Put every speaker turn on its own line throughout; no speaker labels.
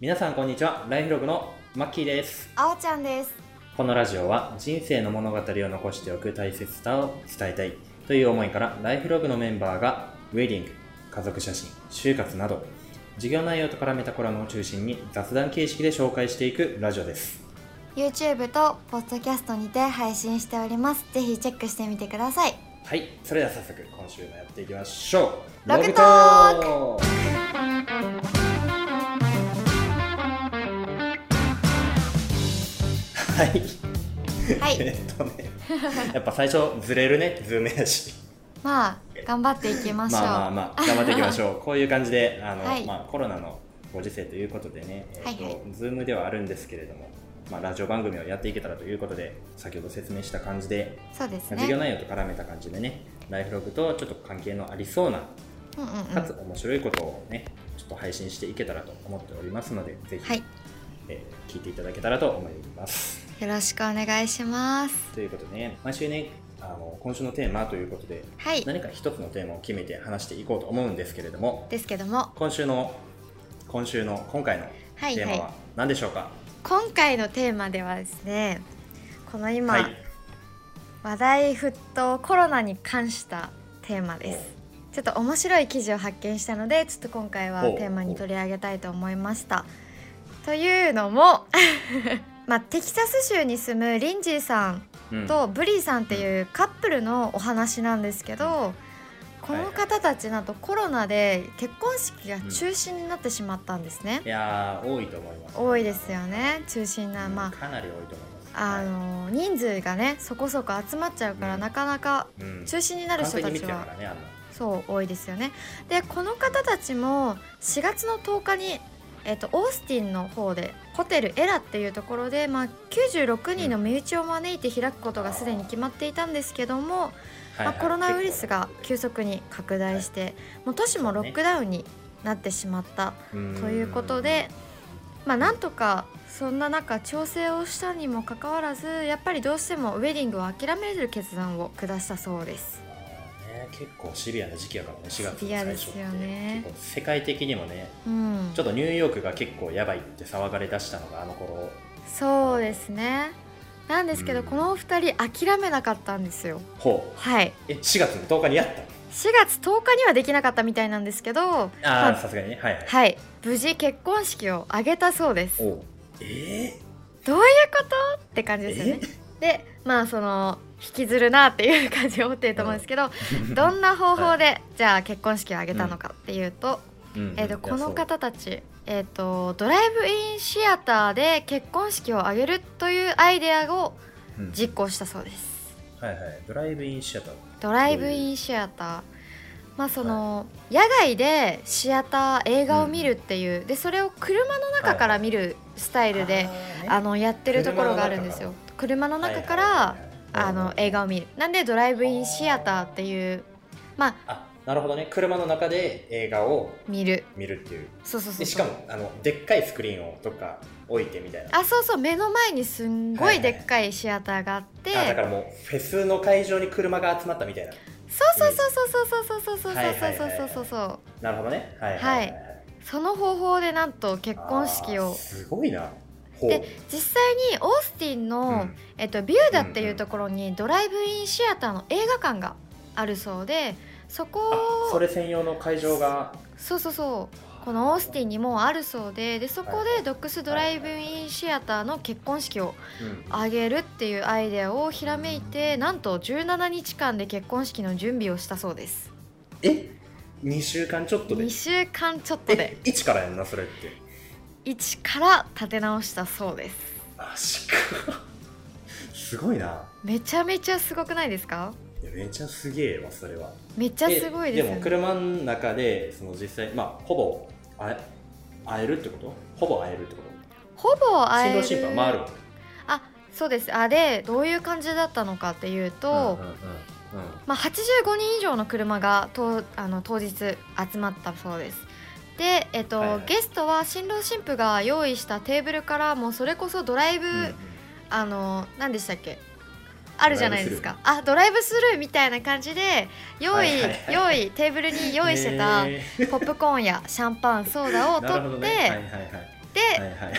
皆さんこんにちはライフログのマッキーです
あおちゃんです
このラジオは人生の物語を残しておく大切さを伝えたいという思いからライフログのメンバーがウェディング家族写真就活など事業内容と絡めたコラムを中心に雑談形式で紹介していくラジオです
YouTube とポッドキャストにて配信しておりますぜひチェックしてみてくだ さい
はいそれでは早速今週もやっていきましょう
ログ
ロ
ト
グト
ー
ークはい
は
え
い
っとね やっぱ最初ずれるねズームやし
まあ頑張っていきましょう、
まあまあまあ頑張っていきまし ょうこういう感じであの、
はい
まあ、コロナのご時世ということでね、えーと
はいはい
ズームではあるんですけれども、まあ、ラジオ番組をやっていけたらということで先ほど説明した感じで、
そうです
授業
ね
内容と絡めた感じでねライフログとちょっと関係のありそうな
うんうんうん
かつ面白いことをねちょっと配信していけたらと思っておりますのでぜひ、
はい
えー聞いていただけたらと思います。
よろしくお願いします
ということでね毎週ねあの今週のテーマということで
はい
何か一つのテーマを決めて話していこうと思うんですけれども
ですけども
今週の今週の今回の
はい
テー
は
マ
い
は何でしょうか
今回のテーマではですねこの今、
はい、
話題沸騰コロナに関したテーマですちょっと面白い記事を発見したのでちょっと今回は
ほう
テーマに取り上げたいと思いましたというのも まあ、テキサス州に住むリンジーさん
うん
とブリーさんっていうカップルのお話なんですけどこの方たちなんとコロナで結婚式が中止になってしまったんですね
いやー多いと思います
多いですよね中止な
うん
まあ
かなり多いと思います
あ
はい
の人数がねそこそこ集まっちゃうから、
うん
なかなか
うん
中止になる人
完
た
璧に見て
ち
るか
は
らねあの
そう多いですよねでこの方たちも4月の10日に、えっとオースティンの方でホテルエラっていうところで、まあ、96人の身内を招いて開くことがすでに決まっていたんですけども、
はい
まあ、
はい
コロナウイルスが急
結
速に拡大して、もう都市もロックダウンになってしまった
構ん
ということで、まあ、なんとかそんな中調整をしたにもかかわらずやっぱりどうしてもウェディングを諦める決断を下したそうです
まあね結構シビアな時期やからね4月の
シビア
最
で
初っ
す
て
よね
結構世界的にもね
うん
ちょっとニューヨークが結構やばいって騒がれ出したのがあの頃
そうですねなんですけど、
うん
このお二人諦めなかったんですよ
ほう
はい
え4月の10日にやった
4月10日にはできなかったみたいなんですけど
ああ
まあ
さすがにねはいはい、
はい無事結婚式を挙げたそうですどういう
おうえ
ことって感じ
ー、
ですよ
え
ねでまあその引きずるなっていう感じを持ってると思うんですけどどんな方法で、じゃあ結婚式を挙げたのかっていうと,、
うん
えー、とこの方たち、えー、とドライブインシアターで結婚式を挙げるというアイデアを
うん
実行したそうです。
はいはいドライブインシアター
ドライブインシアター、まあその野外でシアター映画を見るっていう、でそれを車の中から見るスタイルで、あのやってるところがあるんですよ車の中から、あの映
画
画を見るなんでドライブインシアターっていうまあ
あなるほどね車の中で映画を
見る
見るっていう
そうそうそうそう
でしかもあのでっかいスクリーンをどっか置いてみたいな
あそうそう目の前にすんごいでっかいシアターがあって、
あだからもうフェスの会場に車が集まったみたいな
そうそうそうそうそうそうそうそうそう
はいはいはいはい
そうそうそう
なるほどねはいはい、、
はいその方法でなんと結婚式
あー
を
すごいなほう
で実際にオースティン
う
の、
ん
えっと、ビューダっていうところにドライブインシアターの映画館があるそうでそこ
あ
を
それ専用の会場が
そうそうそうこのオースティンにもうあるそうででそこ
は
でドックスドライブインシアターの結婚式を
うん
あげるっていうアイデアをひらめいてなんと17日間で結婚式の準備をしたそうです
え2週間ちょっとで
2週間ちょっと
え
で
一からやんなそれって
一から立て直したそうです
マジかすごいな
めちゃめちゃすごくないですか
いやめちゃすげえわそれは
めっちゃすごいで
え
すよ
も
ね
車の中でその実際まあほぼあえ会えるってことほぼ会えるってこ
ほぼ
と
会
新
え
郎
る
新婦は回る
あそうですあでどういう感じだったのかっていうと、
のうんうんうん
まあ、85人以上の車がとあの当日集まったそうですで、えっと
はいはい
ゲストは新郎新婦が用意したテーブルからもうそれこそドライブ、
うんうん
あの何でしたっけあるじゃないですかあドライブスルーみたいな感じで用意、
はいはい
用意テーブルに用意してた
へえ
ポップコーンやシャンパンソーダを
なるほ
取
ど
って、
ねはいはいはいはいはい
取っ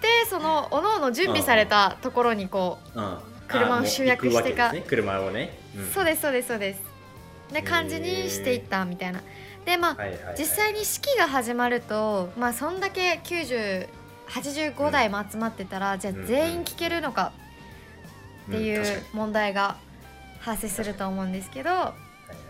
てそのおのおの準備されたところにこう
うん
車を
あもう
集約
行くわけ
してか
ですね、車をね、うん
そうですそうですそうですで感じにしていったみたいなでまあ、
はいはいはい
実際に式が始まるとまあそんだけ9085台も集まってたら、じゃあ
うん
全員聞けるのかってい
ん
う
確か
問題が発生すると思うんですけど、
に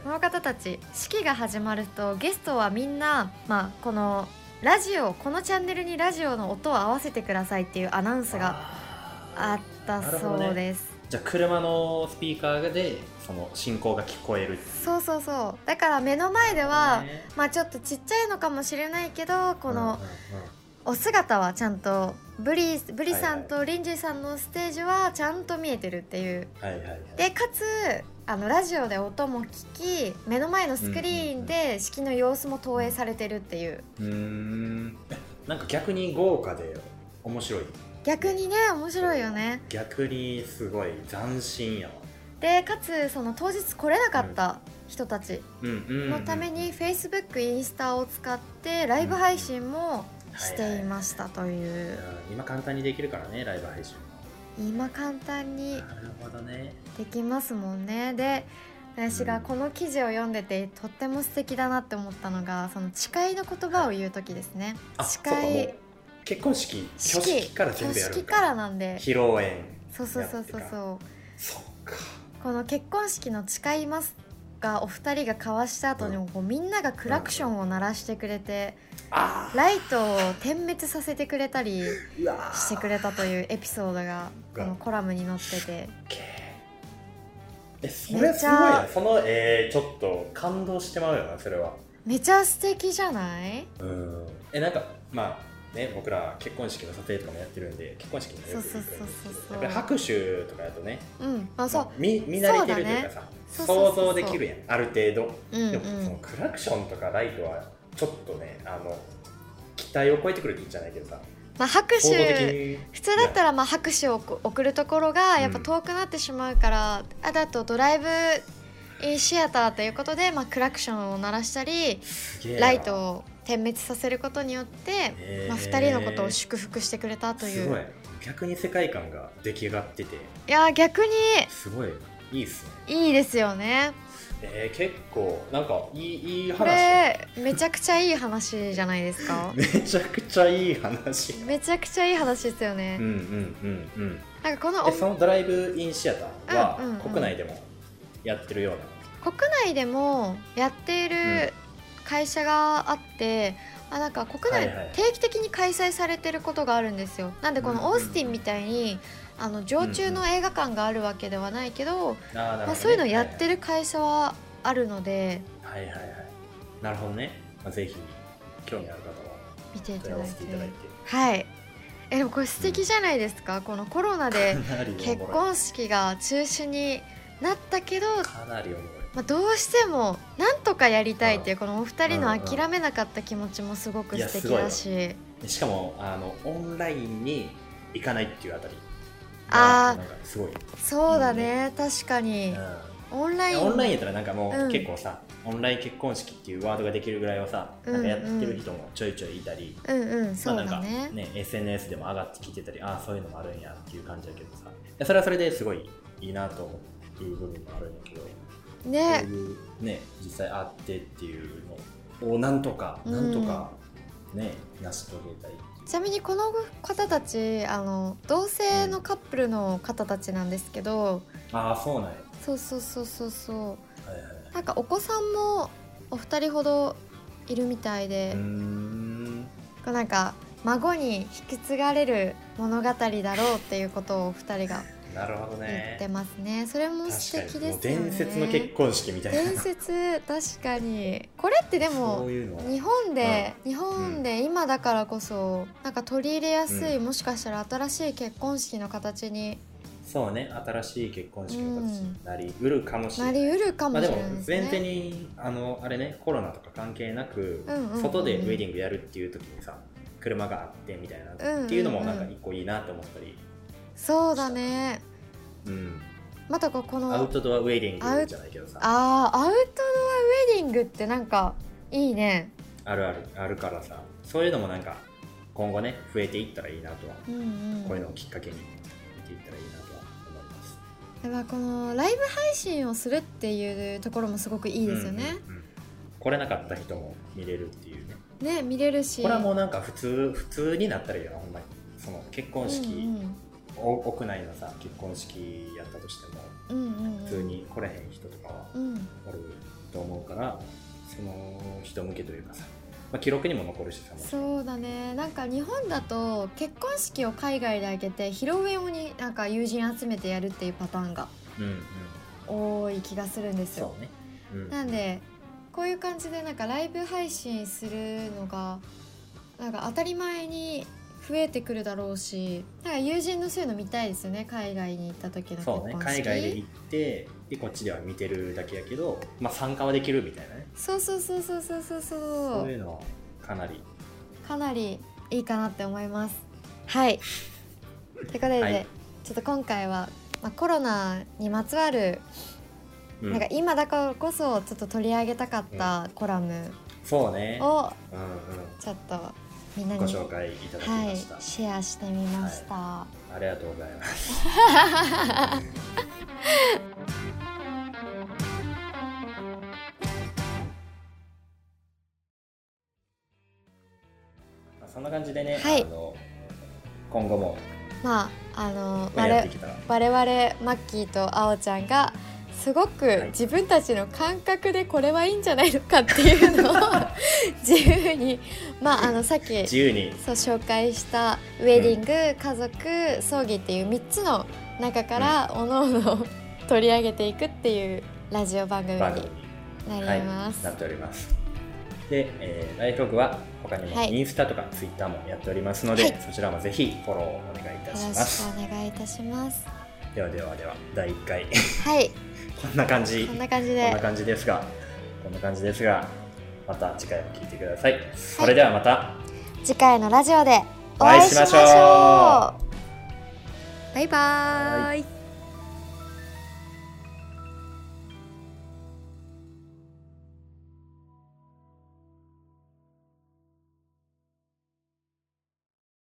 この方たち式が始まるとゲストはみんな、まあ、このラジオこのチャンネルにラジオの音を合わせてくださいっていうアナウンスがあ
あー
った
なるほどね
そうです、
じゃあ車のスピーカーでその進行が聞こえる
そうそうそうだから目の前では、
ね
まあちょっとちっちゃいのかもしれないけどこの
うんうんうん
お姿はちゃんとブリブリさんとリンジーさんのステージはちゃんと見えてるっていう
はいはいはい
でかつあのラジオで音も聞き目の前のスクリーンで式の様子も投影されてるっていう
うーんなんか逆に豪華で面白い
逆にね面白いよね
逆にすごい斬新やわ
でかつその当日来れなかった人たち
うんうんうん
のために Facebook インスタを使ってライブ配信もしていましたとい
うん
う
今簡単にできるからねライブ配信も
今簡単に
なるほどね
できますもんねで私がこの記事を読んでてとっても素敵だなって思ったのがその誓いの言葉を言う時ですね
あそうかも
誓いう
結婚式挙式から全部やる
挙
ん
式か
から
なんで
披露宴
そうそうそうそう
やってそ
そう
うか
この結婚式の誓いますがお二人が交わした後にもこうみんながクラクションを鳴らしてくれて
あ
ライトを点滅させてくれたり
ーうわー
してくれたというエピソードがこのコラムに載ってて
えそれすごいなそのえー、ちょっと感動してまうよなそれは
めちゃ素敵じゃない
うんえなんかまあね僕ら結婚式の撮影とかもやってるんで結婚式にもよく行くんです
そうそうそうそうそ
け
う
どやっぱり拍手とかやとね
うんまあそ
見見慣れてるというかさ
そうだね
想像できるやんある程度、
ううんう
でもその
ん
クラクションとかライトはちょっとねあの期待を超えてくるって言うんじゃないけどさ
まあ拍
想像的
手
に
普通だったらまあ拍手を送送るところがやっぱ
うん
遠くなってしまうから、あだとドライブインシアターということで、まあ、クラクションを鳴らしたり
すげえな
ライトを点滅させることによって、
へー
まあ、2人のことを祝福してくれたとい
すごいう逆に世界観が出来上がってて
いやー逆に
すごいいいっすね
いいですよね
えー、結構なんかいいいい
こ
話だね
れめちゃくちゃいい話じゃないですか
めちゃくちゃいい話
めちゃくちゃいい話ですよね、
うんうんうんうん
なんかこのお
でそのドライブインシアター
うんうん
は
うん
国内でもやってるような、
国内でもやっている会社があって、あなんか国
はいは
内
い
定期的に開催されてることがあるんですよなんでこ
うんうん
の
うん
オースティンみたいにあの常駐の映画館があるわけではないけど、
あーなるほどね
まあ、そういうのやってる会社はあるので
はいはいはいはいなるほどね、まあ、ぜひ興味ある方は
見ていた
問い合
だ
わ
い
せ
て
ていただいて
はいえでもこれ素敵じゃないですか、このコロナで
かな りおもろい
結婚式が中止になったけど、
かなりおもろい
まあ、どうしてもなんとかやりたいっていうこのお二人の諦めなかった気持ちもすごく素敵だし、
でしかもあのオンラインに行かないっていうあたり
あー
なんかすごい、
そうだね確か
う
に
ん、
オンライン
オンラインやったらなんかも
うん
う結構さ、オンライン結婚式っていうワードができるぐらいはさ、なんかやってる人もちょいちょいいたり、
うんうんそう
まあな
だ
んか
ね,、
ね SNS でも上がってきてたりああそういうのもあるんやっていう感じだけどさいやそれはそれですごいいいなと思う部分もあるんだけど
ね
そういうね実際会ってっていうのをなんとか
うん
なんとかね、成し遂げたい
ちなみにこの方たちあの同性のカップルの方たちなんですけど、
ああそうなんや
そうそうそうそうそ
はいはいはいう
なんかお子さんもお二人ほどいるみたいで
うー、ん
こうなんか孫に引き継がれる物語だろうっていうことをお二人が
なるほど
言
ね
ってますねそれも素
確か
敵
に
で
もう
すよね
伝説の結婚式みたいな
伝説確かにこれってで
そ
も
ういうのは
日本で、日本で今だからこそなんか取り入れやすい、もしかしたら新しい結婚式の形に
そうね新しい結婚式の形になりうるかもしれな、
ないりうるか
ま
も
あ、
し
でも
れないです
前提
ね。
にあのあれねコロナとか関係なく、
うんうんうん
外でウェディングやるっていう時にさ車があってみたいな、
うんうんうん
っていうのもなんか一個いいなと思ったり、
そうだね
うん、
またこうこの
ア
あ
ウトドアウェディングじゃないけどさあ
あーアウトドアウェディングってなんかいいね
るあるあるからさそういうのもなんか今後ね増えていったらいいなとは、
うんうん
こういうのをきっかけに見ていったらいいなとは思います
まあこのライブ配信をするっていうところもすごくいいですよね。
うんうんうん来れなかった人も見れるっていうね
ね見れるし
これはもうなんか普通普通になったらいいよなほんまにその結婚式、
うん
お屋内のさ結婚式やったとしても
うんうんうん
普通に来れへん人とかは
うん
おると思うからその人向けというかさ、まあ、記録にも残るしさもちろん
そうだねなんか日本だと結婚式を海外で挙げて披露宴をになんか友人集めてやるっていうパターンが
うんうん
多い気がするんですよ
そうね、うん、
なんでこういう感じでなんかライブ配信するのがなんか当たり前に増えてくるだろうしなんか友人のそういうの見たいですよね海外に行った時の結
そう
婚
ね
式
海外で行ってでこっちでは見てるだけやけど、まあ、参加はできるみたいなね
そうそうそうそうそうそうそ
そういううのはかなり
かなりいいかなって思いますはいということで、
はい
ちょっと今回は、まあ、コロナにまつわる、
うん
なんか今だからこそちょっと取り上げたかったコラム
そうね、
を
うんうん、
ちょっとみんな
ご
に
紹介いただき
は
ま
い、
した、
シェアしてみました。
ありがとうございますまあそんな感じでね、
はい
あの今後も
まああの
まあやってき
我
たら
我々マッキーとあおちゃんがすご
い
く自分たちの感覚でこれはいいんじゃないのかってい うのを自由にまああのさっき
自由に
そう紹介したウェディング、家族葬儀っていう3つの中からおのおの取り上げていくっていうラジオ番組に
番組
な
はい
ります。
なっておりますで、えー、ライフログは他にも
はい
インスタとかツイッターもやっておりますので、
は
そちらもぜひフォローお願いいたし
よろ
ます
しくお願いいたします。
ではではでは第1回
はい、
こんな感じ
こんな感じ
こんな
で、
感じですが、こんな感じですが、また次回も聞いてください。それではまた。
次回のラジオでお
お会
会
い
い
し
し
ま
ま
し
し
ょう
ょう。バイバーイ。